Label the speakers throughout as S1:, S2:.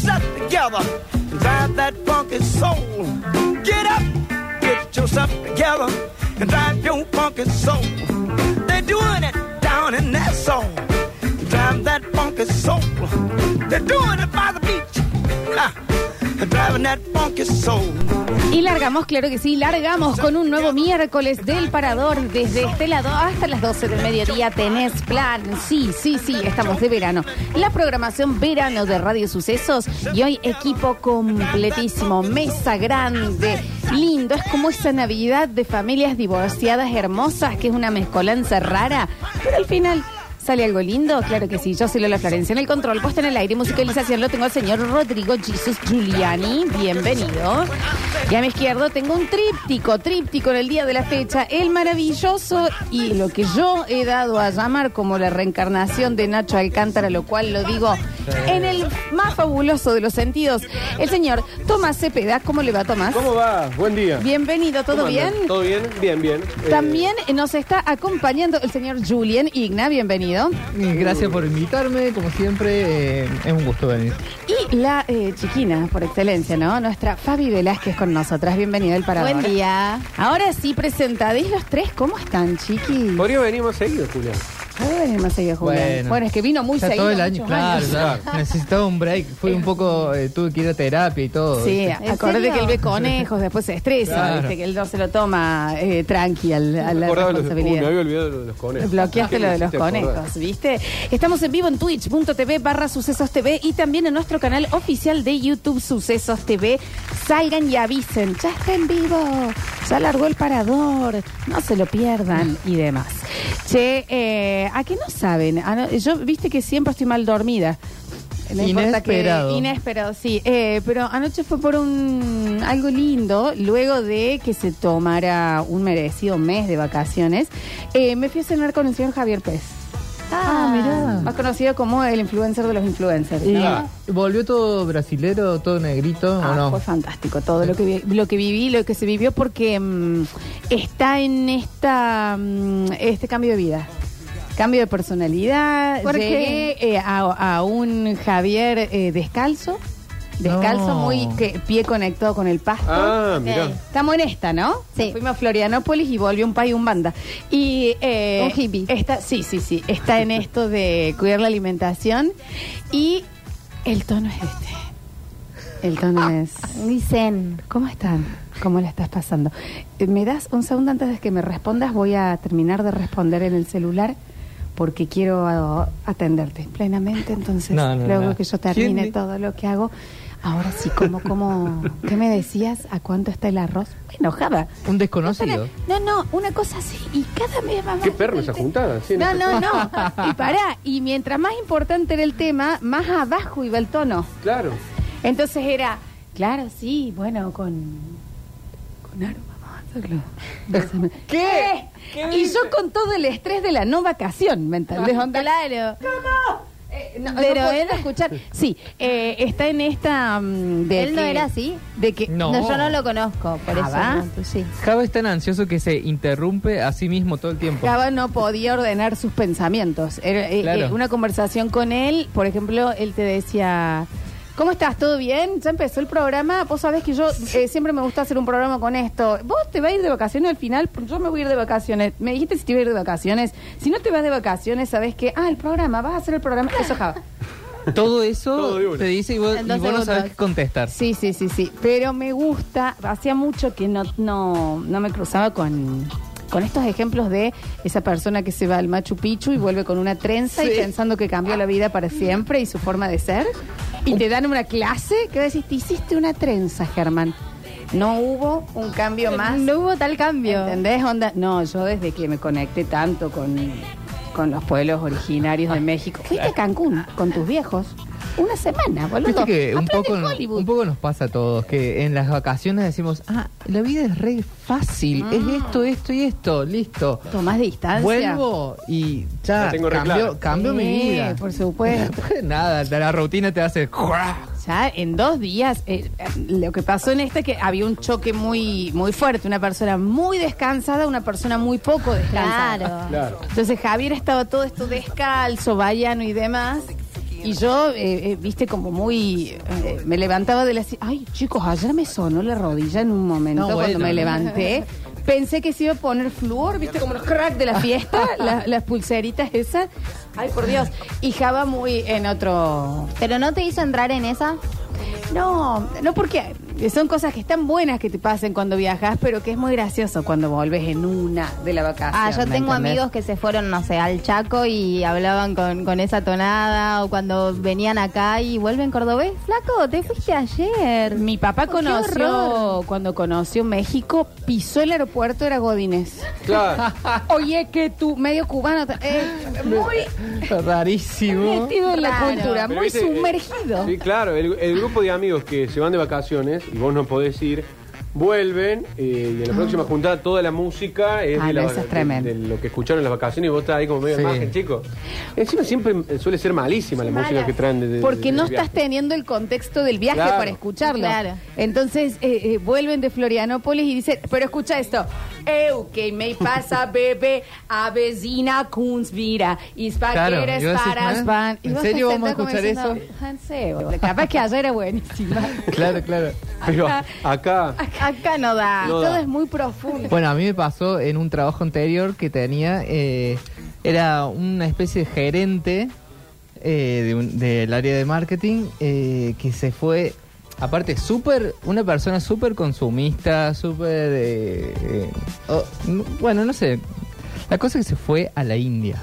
S1: together and drive that funky soul. Get up, get yourself together and drive your funky soul. They're doing it down in that zone. Drive that funky soul. They're doing it by the beach. Ah, and driving that funky soul.
S2: Y largamos, claro que sí, largamos con un nuevo miércoles del parador desde este lado hasta las 12 del mediodía. Tenés plan, sí, sí, sí, estamos de verano. La programación verano de Radio Sucesos y hoy equipo completísimo, mesa grande, lindo. Es como esa Navidad de familias divorciadas hermosas, que es una mezcolanza rara, pero al final... ¿Sale algo lindo? Claro que sí. Yo soy Lola Florencia en el control, puesta en el aire, musicalización. Lo tengo al señor Rodrigo Jesus Giuliani. Bienvenido. Y a mi izquierdo tengo un tríptico, tríptico en el día de la fecha. El maravilloso y lo que yo he dado a llamar como la reencarnación de Nacho Alcántara, lo cual lo digo en el más fabuloso de los sentidos. El señor Tomás Cepeda. ¿Cómo le va, Tomás?
S3: ¿Cómo va? Buen día.
S2: Bienvenido, ¿todo
S3: ¿Cómo andan?
S2: bien?
S3: ¿Todo bien? Bien, bien. Eh,
S2: También nos está acompañando el señor Julien Igna, bienvenido.
S4: Eh, Gracias por invitarme, como siempre, eh, es un gusto venir.
S2: Y la eh, chiquina, por excelencia, ¿no? Nuestra Fabi Velázquez con nosotras. Bienvenida al Parador.
S5: Buen día.
S2: Ahora sí, presentadéis los tres. ¿Cómo están, chiquis?
S3: Eh, Podría venir más seguido, Julián.
S2: Ay, más seguido, Julián. Bueno. es que vino muy
S4: ya
S2: seguido.
S4: todo el año,
S2: muchos
S4: claro,
S2: años.
S4: ya. necesitaba un break. Fue un poco, eh, tuve que ir a terapia y todo.
S2: Sí,
S4: ¿viste?
S5: ¿En
S2: acordate
S5: serio?
S2: que él ve conejos, después se estresa,
S4: Claro.
S2: ¿viste? que él no se lo toma eh, tranqui al, a la
S3: Acordaba los- uh, me
S2: responsabilidad.
S3: había olvidado lo de los conejos.
S2: Bloqueaste
S3: ¿Qué
S2: lo
S3: me
S2: de los
S3: hiciste acordar?
S2: conejos, ¿viste? Estamos en vivo en twitch.tv barra sucesos TV y también en nuestro canal oficial de YouTube Sucesos TV. Salgan y avisen, ya está en vivo, ya largó el parador, no se lo pierdan y demás. Che, eh, ¿a qué no saben? Ah, no, yo, viste que siempre estoy mal dormida. No importa que-
S4: Inesperado.
S2: inesperado, sí. Eh, pero anoche fue por un algo lindo, luego de que se tomara un merecido mes de vacaciones. eh, me fui a cenar con el señor Javier Pérez.
S5: Ah,
S2: Más conocido como el influencer de los influencers.
S4: Ah, Y
S2: ¿no?
S3: Ah,
S4: volvió todo brasilero, todo negrito,
S2: Ah,
S4: ¿o no?
S2: Fue fantástico todo lo que, vi- lo que viví, lo que se vivió, porque mm, está en esta mm, este cambio de vida. Cambio de personalidad.
S5: ¿Por
S2: Llegué eh, a, a un Javier eh, descalzo. Descalzo,
S4: No.
S2: muy que- pie conectado con el pasto.
S3: Ah, mirá.
S5: Ok.
S2: Estamos en esta, ¿no?
S5: Sí.
S2: Fuimos a Florianópolis y volvió un país, un banda. Y, eh,
S5: Un hippie.
S2: Está, sí, sí, sí. Está en esto de cuidar la alimentación. Y el tono es este. El tono es...
S5: Ah, Dicen.
S2: ¿Cómo están? ¿Cómo la estás pasando? Eh, ¿Me das un segundo antes de que me respondas? Voy a terminar de responder en el celular porque quiero ah, atenderte plenamente. Entonces,
S4: No, no,
S2: luego
S4: no.
S2: que yo termine
S4: ¿Quién di-
S2: todo lo que hago, ahora sí, ¿cómo, cómo, ¿qué me decías? ¿A cuánto está el arroz? Enojada.
S4: Un desconocido.
S2: No, no, una cosa así. Y cada vez más.
S3: Qué perro esa juntada, sí,
S2: no, no,
S3: no
S2: no. Y pará. Y mientras más importante era el tema, más abajo iba el tono.
S3: Claro.
S2: Entonces era, claro, sí, bueno, con. Con Aro, vamos a hacerlo. ¿Qué? y yo con todo el estrés de la no vacación, ¿me entendés? Onda?
S5: Claro.
S2: Ah, Eh, no,
S5: Pero
S2: no podía
S5: era-
S2: escuchar. Sí, eh, está en esta. mm, de
S5: Él no
S2: que-
S5: era así.
S2: De que.
S4: No.
S5: yo no lo conozco, por
S2: Ah,
S5: eso.
S2: ¿va?
S5: no, tú sí.
S4: Java es tan ansioso que se interrumpe a sí mismo todo el tiempo.
S2: Java no podía ordenar sus pensamientos. Era, eh,
S4: Claro.
S2: eh, una conversación con él, por ejemplo, él te decía, ¿cómo estás? ¿Todo bien? Ya empezó el programa. Vos sabés que yo eh, siempre me gusta hacer un programa con esto. ¿Vos te vas a ir de vacaciones al final? Yo me voy a ir de vacaciones. Me dijiste si te iba a ir de vacaciones. Si no te vas de vacaciones, sabés que, ah, el programa, vas a hacer el programa. Eso, Java.
S4: Todo eso
S3: Todo de una.
S4: te dice y vos,
S5: En
S4: y
S5: dos
S4: vos no
S5: segundos.
S4: sabes qué contestar.
S2: Sí, sí, sí, sí. Pero me gusta, hacía mucho que no, no, no me cruzaba con, con estos ejemplos de esa persona que se va al Machu Picchu y vuelve con una trenza y
S4: Sí.
S2: pensando que cambió la vida para siempre y su forma de ser. Y te dan una clase que vos decís, te hiciste una trenza, Germán. No hubo un cambio más.
S5: No hubo tal cambio.
S2: ¿Entendés? Onda, no, yo desde que me conecté tanto con, con los pueblos
S4: Ah,
S2: originarios de México. Fuiste a Cancún con tus viejos. Una semana, boludo.
S4: Viste que un
S2: Aprende
S4: poco,
S2: en
S4: nos-
S2: Hollywood.
S4: un poco nos pasa a todos, que en las vacaciones decimos, ah, la vida es re fácil,
S2: Ah.
S4: es esto, esto y esto, listo.
S2: Tomás distancia.
S4: Vuelvo y ya
S3: La tengo re
S4: cambió,
S3: clara.
S4: cambió
S2: Sí,
S4: mi vida.
S2: por supuesto.
S4: Después Nada, la rutina te hace...
S2: Ya en dos días, eh, eh, lo que pasó en este que había un choque muy, muy fuerte. Una persona muy descansada, una persona muy poco descansada.
S5: Claro.
S3: Claro.
S2: Entonces Javier estaba todo esto descalzo, vallano y demás. Y yo, eh, eh, viste, como muy. eh, me levantaba de la. si- Ay, chicos, ayer me sonó la rodilla en un momento
S4: No, bueno.
S2: cuando me levanté. Pensé que se iba a poner flúor, viste, como los cracks de la fiesta, la- las pulseritas esas. Ay, por Dios. Y Java muy en otro.
S5: Pero no te hizo entrar en esa.
S2: No, no porque son cosas que están buenas que te pasen cuando viajas, pero que es muy gracioso cuando volves en una de la vacación.
S5: Ah, yo
S4: ¿me
S5: tengo
S4: entendés?
S5: amigos que se fueron, no sé, al Chaco y hablaban con, con esa tonada o cuando venían acá y vuelven cordobés. Flaco, te fuiste ayer.
S2: Mi papá
S5: Oh, ¡Qué
S2: conoció,
S5: horror!
S2: cuando conoció México, pisó el aeropuerto, era Godínez.
S3: Claro.
S2: Oye, que tú, medio cubano, eh, muy
S4: Rarísimo.
S2: metido en la
S5: Claro.
S2: cultura,
S3: Pero
S2: muy
S3: viste, eh,
S2: sumergido.
S3: Sí, claro. El, el grupo de amigos que se van de vacaciones y vos no podés ir, vuelven eh, y en la próxima juntada toda la música es,
S2: Ah,
S3: de, la-
S2: no, eso es
S3: de-
S2: tremendo.
S3: de lo que escucharon en las vacaciones y vos estás ahí como medio
S4: Sí.
S3: imagen, chico. Encima siempre eh, suele ser malísima la música que traen. de- de-
S2: Porque
S3: de-
S2: no
S3: del eh, viaje.
S2: estás teniendo el contexto del viaje
S3: Claro.
S2: para escucharlo.
S5: Claro.
S2: Entonces eh, eh, vuelven de Florianópolis y dicen, pero escucha esto. Eu que me pasa bebé a vecina Kunzvira y
S4: Claro,
S2: spagueres
S4: y vos decís,
S2: para
S4: ¿eh?
S2: span.
S4: ¿En serio vamos a escuchar
S2: eso? Ah, Capaz que ayer era buenísima.
S4: Claro, claro.
S3: Pero acá.
S5: Acá no da.
S3: No.
S2: Todo es muy profundo.
S4: Bueno, a mí me pasó en un trabajo anterior que tenía, eh, era una especie de gerente eh, de un- del área de marketing eh, que se fue, aparte, súper, una persona súper consumista, súper... eh, eh, oh, n- bueno, no sé. La cosa es que se fue a la India.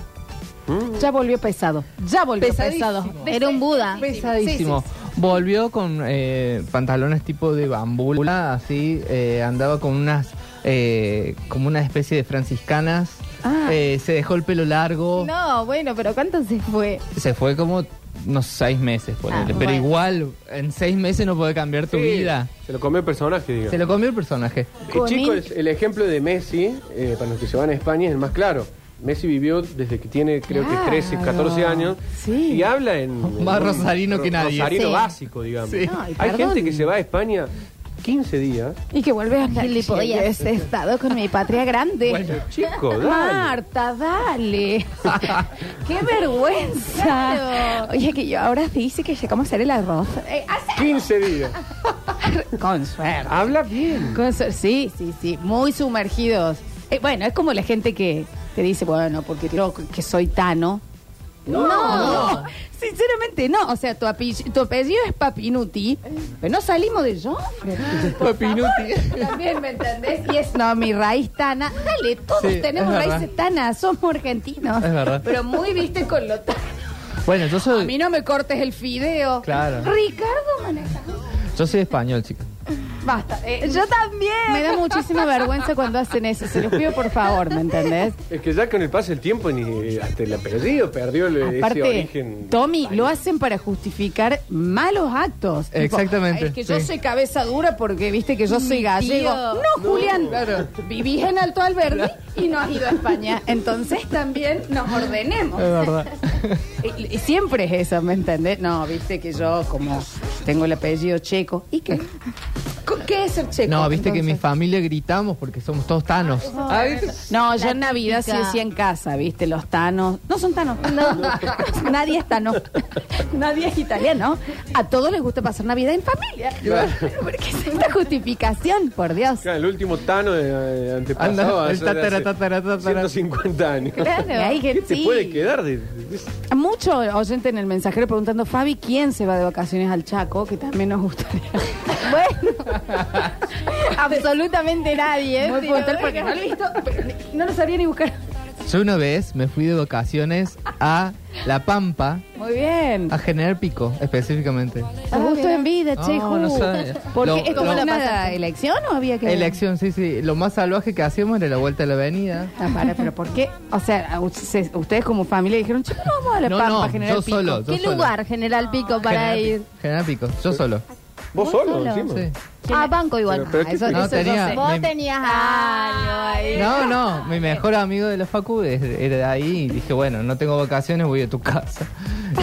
S2: Ya volvió pesado. Ya volvió
S4: Pesadísimo.
S2: pesado.
S5: Era un Buda.
S4: Pesadísimo.
S2: Sí,
S4: Volvió con eh, pantalones tipo de bambula, así, eh, andaba con unas, eh, como una especie de franciscanas,
S2: Ah.
S4: eh, se dejó el pelo largo,
S5: No, bueno, pero ¿cuánto se fue?
S4: se fue como unos seis meses, ponele.
S5: Ah,
S4: pero
S5: bueno.
S4: igual en seis meses no puede cambiar tu
S3: Sí,
S4: vida.
S3: Se lo comió el personaje, digo.
S4: Se lo comió el personaje.
S3: Eh, chico, es- el ejemplo de Messi, eh, para los que se van a España, es el más claro. Messi vivió desde que tiene, creo
S2: Claro.
S3: que 13, 14 años.
S2: Sí.
S3: Y habla en. en
S4: Más
S3: un
S4: rosarino
S3: ro-
S4: que nadie.
S3: Rosarino
S5: Sí.
S3: básico, digamos.
S4: Sí.
S2: Ay,
S3: Hay
S2: perdón.
S3: gente que se va a España 15 días.
S2: Y que vuelve a
S5: Gilipollas.
S2: Gilipollas. He estado con mi patria grande.
S4: Bueno,
S3: Chico, Eh, dale.
S2: Marta, dale. ¡Qué vergüenza!
S5: Claro.
S2: Oye, que yo ahora te dice que llegamos a hacer el arroz. Eh, hace-
S3: 15 días.
S2: Con suerte.
S3: Habla bien.
S2: Con suerte. Sí, sí, sí. Muy sumergidos. Eh, bueno, es como la gente que te dice, bueno, porque creo que soy Tano. No. Sinceramente, no. O sea, tu, api- tu apellido es Papinuti, pero no salimos de yo.
S4: Papinuti.
S2: También, ¿me entendés? Y es, no, mi raíz tana. Dale, todos
S4: Sí,
S2: tenemos
S4: es verdad.
S2: raíces tanas, somos argentinos.
S4: Es verdad.
S2: Pero muy viste con lo tano.
S4: Bueno, yo
S2: A mí
S4: soy,
S2: no me cortes el fideo.
S4: Claro.
S2: Ricardo manejando.
S4: yo soy español, chicos.
S2: Basta. eh, yo
S5: Yo también.
S2: me da muchísima vergüenza cuando hacen eso. Se los pido por favor, ¿me entendés?
S3: Es que ya con el paso del tiempo, ni eh, hasta el apellido perdió el, ese
S2: Aparte,
S3: origen.
S2: Tommy, lo hacen para justificar malos actos. Tipo,
S4: Exactamente,
S2: "Ay, es que yo
S4: sí.
S2: soy cabeza dura porque viste que yo soy
S5: Mi
S2: gallego.
S5: tío.
S2: No, Julián, vivís en Alto Alberdi y no has ido a España. Entonces también nos ordenemos.
S4: Es verdad.
S2: Y- y Siempre es eso, ¿me entendés? No, viste que yo como tengo el apellido checo. ¿Y qué? Co- ¿Qué es ser checo?
S4: Eh. No, viste que en mi
S2: entonces?
S4: familia gritamos porque somos todos tanos. Ah, ¿viste?
S2: No, yo
S5: La
S2: en Navidad sí
S5: típica.
S2: decía en casa, ¿viste? Los tanos. No son tanos. Nadie es tano. Nadie es italiano. A todos les gusta pasar Navidad en familia.
S3: Claro.
S2: Pero, ¿Por qué es esta justificación? Por Dios.
S3: Claro, el último Tano de eh, antepasado.
S4: Anda, el
S3: hace- hace
S4: tatara, tatara, tatara.
S3: 150 años.
S2: Claro. Y hay
S3: ¿Qué
S2: que-
S3: te
S2: sí.
S3: puede quedar de- de
S2: Mucho oyente en el mensajero preguntando, Fabi, ¿quién se va de vacaciones al Chaco? Que también nos gustaría.
S5: Bueno. Absolutamente nadie.
S2: Muy
S5: pero
S2: puntual, porque
S5: bueno.
S2: no lo he visto, pero ni- no lo sabría ni buscar.
S4: Yo una vez me fui de vacaciones a La Pampa,
S2: Muy bien.
S4: a General Pico específicamente.
S2: A gusto en vida,
S4: No,
S2: Cheju.
S4: no sabe.
S2: Porque
S4: Lo-
S2: es
S4: lo-
S2: como
S5: la
S2: una
S5: pasaste?
S2: elección o había que
S4: Elección, sí, sí. Lo más salvaje que hacíamos era la vuelta a la avenida.
S2: Ah, para, pero ¿por qué? O sea, a ustedes ustedes como familia dijeron, chicos, vamos a la
S4: No,
S2: Pampa
S4: no,
S2: a generar
S4: yo
S2: pico".
S4: solo, yo
S5: ¿Qué
S4: solo.
S5: lugar, Ah, General Pico, para
S4: General
S5: ir?
S4: Pico, General Pico, yo solo.
S3: ¿Vos solo? encima?
S4: Sí.
S5: A Ah, banco igual.
S3: Pero- pero
S5: Ah,
S3: qué-
S5: eso-
S4: No,
S5: eso
S4: tenía-
S5: yo sé. Vos
S4: me-
S5: tenías algo ahí.
S4: No, no, mi mejor amigo de la facu es- era de ahí y dije, bueno, no tengo vacaciones, voy a tu casa.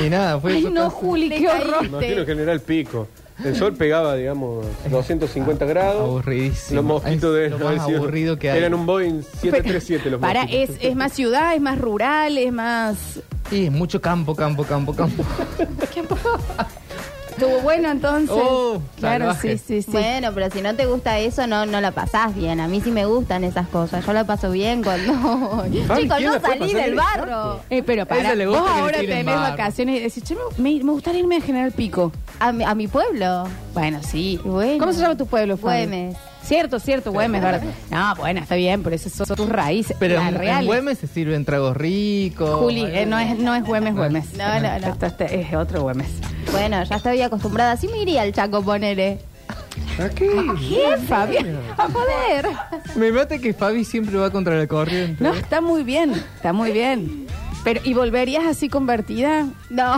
S4: Y nada, fue
S2: Ay, no, Juli, qué horror.
S3: Imagino General Pico. El sol pegaba, digamos, 250 grados.
S4: Aburridísimo.
S3: Los mosquitos
S4: Es
S3: deben
S4: lo
S3: haber
S4: más
S3: sido-
S4: aburrido que hay.
S3: Eran un Boeing 737 los
S2: Para,
S3: mosquitos.
S2: es, es más ciudad, es más rural, es más.
S4: Sí, mucho campo, campo, campo, campo.
S2: Estuvo bueno entonces.
S4: Oh,
S2: claro,
S4: salvaje.
S2: sí, sí, sí.
S5: Bueno, pero si no te gusta eso, no, no la pasás bien. A mí sí me gustan esas cosas. Yo la paso bien cuando... Chicos,
S3: ¿quién la puede
S5: no salí
S3: pasar
S5: del
S3: bien?
S5: barro.
S2: Eh, pero para,
S4: Ella le gusta
S2: vos
S4: que le
S2: ahora
S4: tiren
S2: tenés
S4: barro.
S2: vacaciones y decís, che, me, me- me gustaría irme a General Pico.
S5: A mi, a mi pueblo.
S2: Bueno, sí.
S5: Bueno.
S2: ¿Cómo se llama tu pueblo, Fabi?
S5: Güemes.
S2: Cierto, cierto, Güemes, ¿verdad? No, bueno, está bien, pero esas son tus raíces.
S4: Pero
S2: las
S4: en, en
S2: reales.
S4: Güemes se sirven tragos ricos.
S2: Juli, eh, no, es, no es Güemes, Güemes.
S5: No, no, no.
S2: Esto- esto es otro Güemes.
S5: Bueno, ya estoy acostumbrada. Así me iría al Chaco, ponele.
S3: ¿A qué?
S2: ¿Qué, Fabi? A joder.
S4: Me mata que Fabi siempre va contra la corriente.
S2: No, está muy bien, está muy bien. Pero, ¿y volverías así convertida?
S5: No.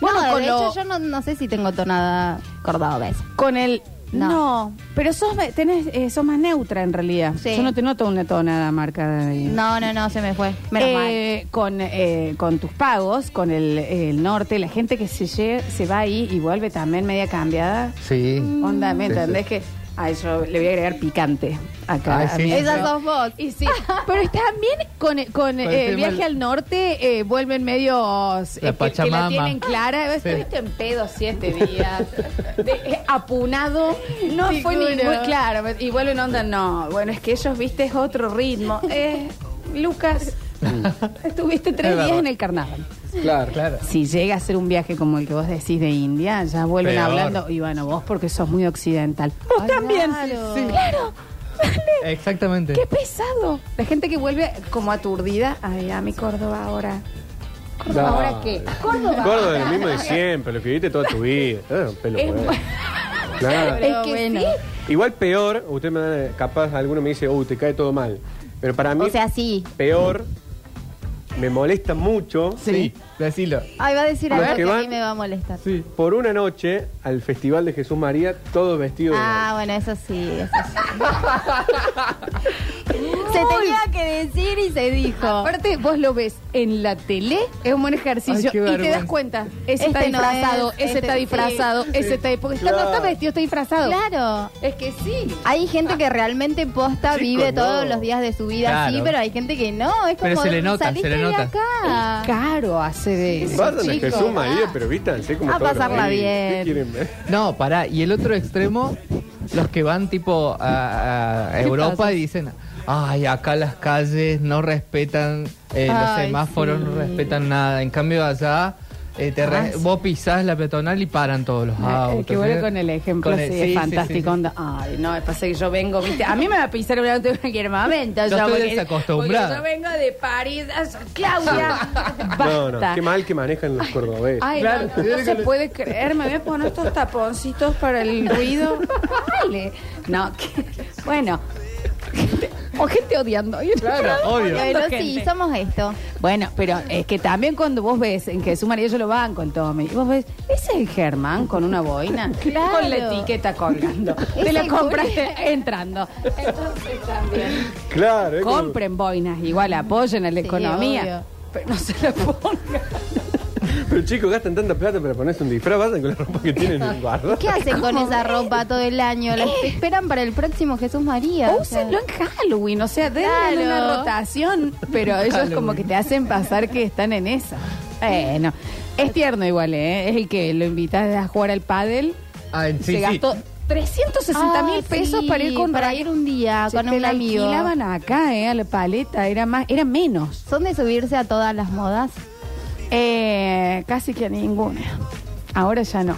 S2: Bueno,
S5: Bueno,
S2: con
S5: de
S2: lo-
S5: hecho, yo no, no sé si tengo tonada cordobesa.
S2: Con el... No.
S5: No.
S2: pero sos, me- tenés, eh, sos más neutra en realidad.
S5: Sí.
S2: Yo no te noto una tonada marcada ahí.
S5: No, no, no, se me fue. Menos mal.
S2: Eh, con, eh, con tus pagos, con el, el norte, la gente que se, lle- se va ahí y vuelve también media cambiada.
S4: Sí.
S5: Mm.
S2: Onda, ¿me
S4: Sí, sí.
S2: entendés que? Ay, yo le voy a agregar picante acá.
S4: Ay,
S2: a
S4: sí.
S2: mi-
S5: Esas sos vos.
S2: Y sí, pero también con, con
S4: el
S2: eh, el
S4: tema
S2: viaje
S4: del-
S2: al norte eh, vuelven medios eh, que-
S4: La
S2: que, la
S4: Pachamama.
S2: tienen clara.
S4: Sí.
S2: Estuviste en pedo siete días, de- eh, apunado, no fue
S5: Seguro.
S2: ni muy claro. Y vuelven onda, no. Bueno, es que ellos, viste, es otro ritmo. Eh, Lucas, estuviste
S4: Es
S2: tres
S4: verdad.
S2: días en el carnaval.
S3: Claro.
S4: Claro.
S2: Si llega a ser un viaje como el que vos decís de India, ya vuelven
S4: Peor.
S2: hablando, y bueno, vos porque sos muy occidental. Vos
S5: Ay,
S2: también.
S5: claro.
S2: Sí. Claro.
S4: Exactamente.
S2: ¡Qué pesado! La gente que vuelve como aturdida. Ay, a mi Córdoba ahora. ¿Córdoba
S3: No.
S2: ahora qué? Córdoba.
S3: Córdoba es lo mismo de siempre, lo que viste toda tu vida. Era un pelo
S2: Es
S3: huevo.
S2: bueno.
S3: Claro.
S2: Es que
S5: bueno.
S2: sí.
S3: Igual peor, usted me da, capaz alguno me dice, uy, te cae todo mal. Pero para mí,
S5: O sea, sí.
S3: peor, me molesta mucho
S4: Sí, decilo.
S5: Ay, va a decir
S3: Los
S5: algo
S3: que
S5: que, a mí
S3: van-
S5: me va a molestar.
S4: Sí.
S3: por una noche al Festival de Jesús María, todos vestidos de
S5: Ah,
S3: blanco.
S5: bueno, eso sí, eso sí. se tenía que decir y se dijo.
S2: Aparte, vos lo ves en la tele, es un buen ejercicio.
S4: Ay, qué
S2: y te das
S4: vergüenza.
S2: cuenta. Ese
S5: Este
S2: está
S5: no
S2: disfrazado,
S5: es,
S2: ese
S5: este
S2: está
S5: sí.
S2: disfrazado, ese está. Porque está-
S3: Claro.
S2: no está vestido, está disfrazado.
S5: Claro.
S2: Es que sí.
S5: Hay gente que realmente posta
S3: Chicos,
S5: vive
S3: no.
S5: todos los días de su vida
S4: Claro.
S5: así, pero hay gente que no. Es como
S4: Pero se le nota,
S5: saliste
S4: se le
S5: de
S4: nota.
S5: acá.
S2: Caro hace de eso.
S3: Vayan a
S2: chicos.
S3: Jesús María,
S5: ah.
S3: pero vístanse como
S5: A
S3: todos los
S5: pasarla
S3: días. ¿Qué
S5: bien.
S3: quieren ver?
S4: No, pará. Y el otro extremo, los que van tipo a, a Europa
S2: pasa?
S4: y dicen, ay, acá las calles no respetan eh, los
S5: Ay,
S4: semáforos, no
S5: sí.
S4: respetan nada. En cambio allá... eh, te re-
S2: Ah, sí.
S4: Vos pisás la peatonal y paran todos los
S2: Ah,
S4: autos.
S2: el que vuelve
S4: ¿sí?
S2: con el ejemplo,
S4: Con el-
S2: sí,
S4: sí,
S2: es
S4: sí,
S2: fantástico.
S4: sí, sí.
S2: onda, Ay, no, me pasa que yo vengo, viste, a mí me va a pisar una en cualquier momento.
S4: Yo estoy
S2: porque-
S4: desacostumbrada.
S2: porque Yo vengo de París, ah, soy Claudia. Basta.
S3: No, no, qué mal que manejan los cordobeses.
S2: Ay,
S4: Claro.
S2: no, no, no se puede creer, me voy a poner estos taponcitos para el ruido. Dale. No, que- bueno. Gente- O gente odiando.
S4: Claro, obvio.
S5: Bueno, sí,
S2: Gente.
S5: somos esto.
S2: Bueno, pero es que también cuando vos ves en Jesús María, yo lo banco el Tommy, y vos ves, ese es el Germán con una boina,
S5: Claro.
S2: con la etiqueta colgando. Te
S5: Ese
S2: la
S5: Juli.
S2: compraste entrando. Entonces también.
S3: Claro, es como-
S2: Compren boinas, igual apoyen a la
S5: Sí,
S2: economía,
S5: obvio.
S2: pero no se la pongan.
S3: Pero chicos, gastan tanta plata para ponerse un disfraz, vayan con la ropa que tienen en guarda.
S5: ¿Qué hacen con esa ropa todo el año? La esperan para el próximo Jesús María. o sea.
S2: Úsenlo Oh, en Halloween, o sea, denle
S5: Claro.
S2: una rotación, pero ellos
S4: Halloween.
S2: como que te hacen pasar que están en esa. Bueno, es tierno igual, ¿eh? Es el que lo invitas a jugar al pádel.
S4: Ay, sí,
S2: se
S4: sí.
S2: gastó 360
S5: Ah,
S2: mil pesos
S5: sí,
S2: para ir con
S5: para
S2: Ray-
S5: ir un día
S2: Se
S5: con
S2: te
S5: un
S2: la
S5: amigo.
S2: alquilaban acá, eh, a la paleta, era más, era menos.
S5: ¿Son de subirse a todas las modas?
S2: Eh, casi que a ninguna. Ahora ya no.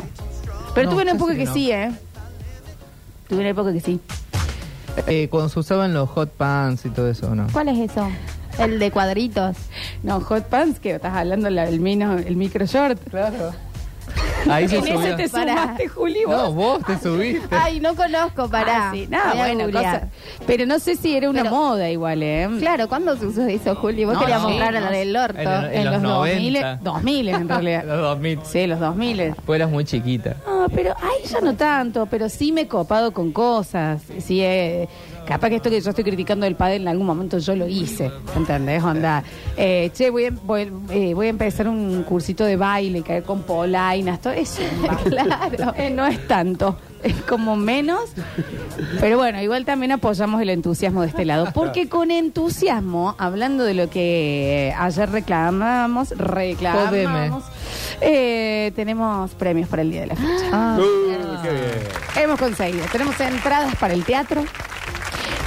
S2: Pero
S4: No,
S2: tuve una
S4: casi
S2: época
S4: que
S2: que
S4: no.
S2: sí, eh. Tuve una época que sí.
S4: Eh, cuando se usaban los hot pants y todo eso, ¿o ¿no?
S5: ¿Cuál es eso? El de cuadritos.
S2: No, hot pants, que estás hablando la- el mino, el micro short.
S4: Claro. Ahí se
S2: En ese
S4: subió.
S2: te
S5: Pará.
S2: sumaste, Juli, vos.
S4: No, vos te subiste.
S5: Ay, no conozco,
S2: Ah,
S5: pará.
S2: sí, no,
S5: Voy a
S2: bueno,
S5: googlear.
S2: cosa- Pero no sé si era una
S5: Pero-
S2: moda igual, eh.
S5: Claro, ¿cuándo se usó eso, Juli? Vos
S2: No,
S5: querías
S2: no,
S5: mostrar a
S2: no.
S5: la del orto.
S4: En el-
S2: En,
S4: los
S2: los, 2000,
S4: 90.
S2: 2000 en realidad.
S4: Los 2000.
S2: Sí, los 2000.
S4: Vos eras muy chiquita.
S2: No, pero ahí ya no tanto, pero sí me he copado con cosas. Sí, he, Capaz que esto que yo estoy criticando del padre en algún momento yo lo hice, ¿entendés? Onda, eh, che, voy a, voy, eh, voy a empezar un cursito de baile y caer con polainas, todo eso. claro, eh, no es tanto, es como menos. Pero bueno, igual también apoyamos el entusiasmo de este lado, porque con entusiasmo, hablando de lo que eh, ayer reclamamos, reclamamos, eh, tenemos premios para el Día de la Fecha.
S5: Ah,
S3: Uh, qué bien.
S2: Hemos conseguido. Tenemos entradas para el teatro.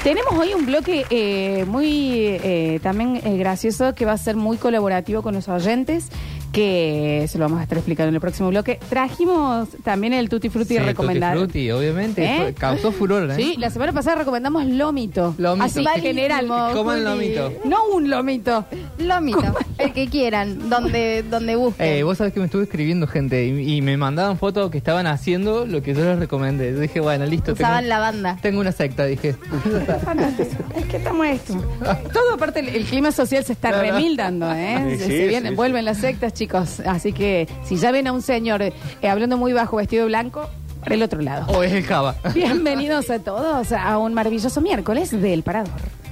S2: Tenemos hoy un bloque eh, muy eh, también eh, gracioso que va a ser muy colaborativo con los oyentes, que se lo vamos a estar explicando en el próximo bloque. Trajimos también el Tutti Frutti
S4: Sí,
S2: recomendado.
S4: Tutti Frutti, obviamente.
S2: ¿Eh?
S4: Fue- causó furor, ¿eh?
S2: Sí, la semana pasada recomendamos lomito.
S4: Lomito.
S2: Así
S4: Vale.
S2: generamos.
S4: Coman lomito.
S2: No un lomito.
S5: lomito, el que quieran, donde, donde busquen.
S4: Eh, vos sabés que me estuve escribiendo gente y, y me mandaban fotos que estaban haciendo lo que yo les recomendé. Yo dije, bueno, listo.
S5: Usaban
S4: tengo,
S5: la banda.
S4: tengo una secta, dije.
S2: Es que estamos esto. Todo aparte el, el clima social se está
S4: No, no.
S2: remildando, ¿eh?
S3: Sí,
S2: Se- se
S3: sí,
S2: vienen-
S3: sí,
S2: vuelven las sectas, chicos. Así que si ya ven a un señor eh, hablando muy bajo, vestido de blanco, para el otro lado.
S4: o es el Java.
S2: Bienvenidos a todos a un maravilloso miércoles del Parador.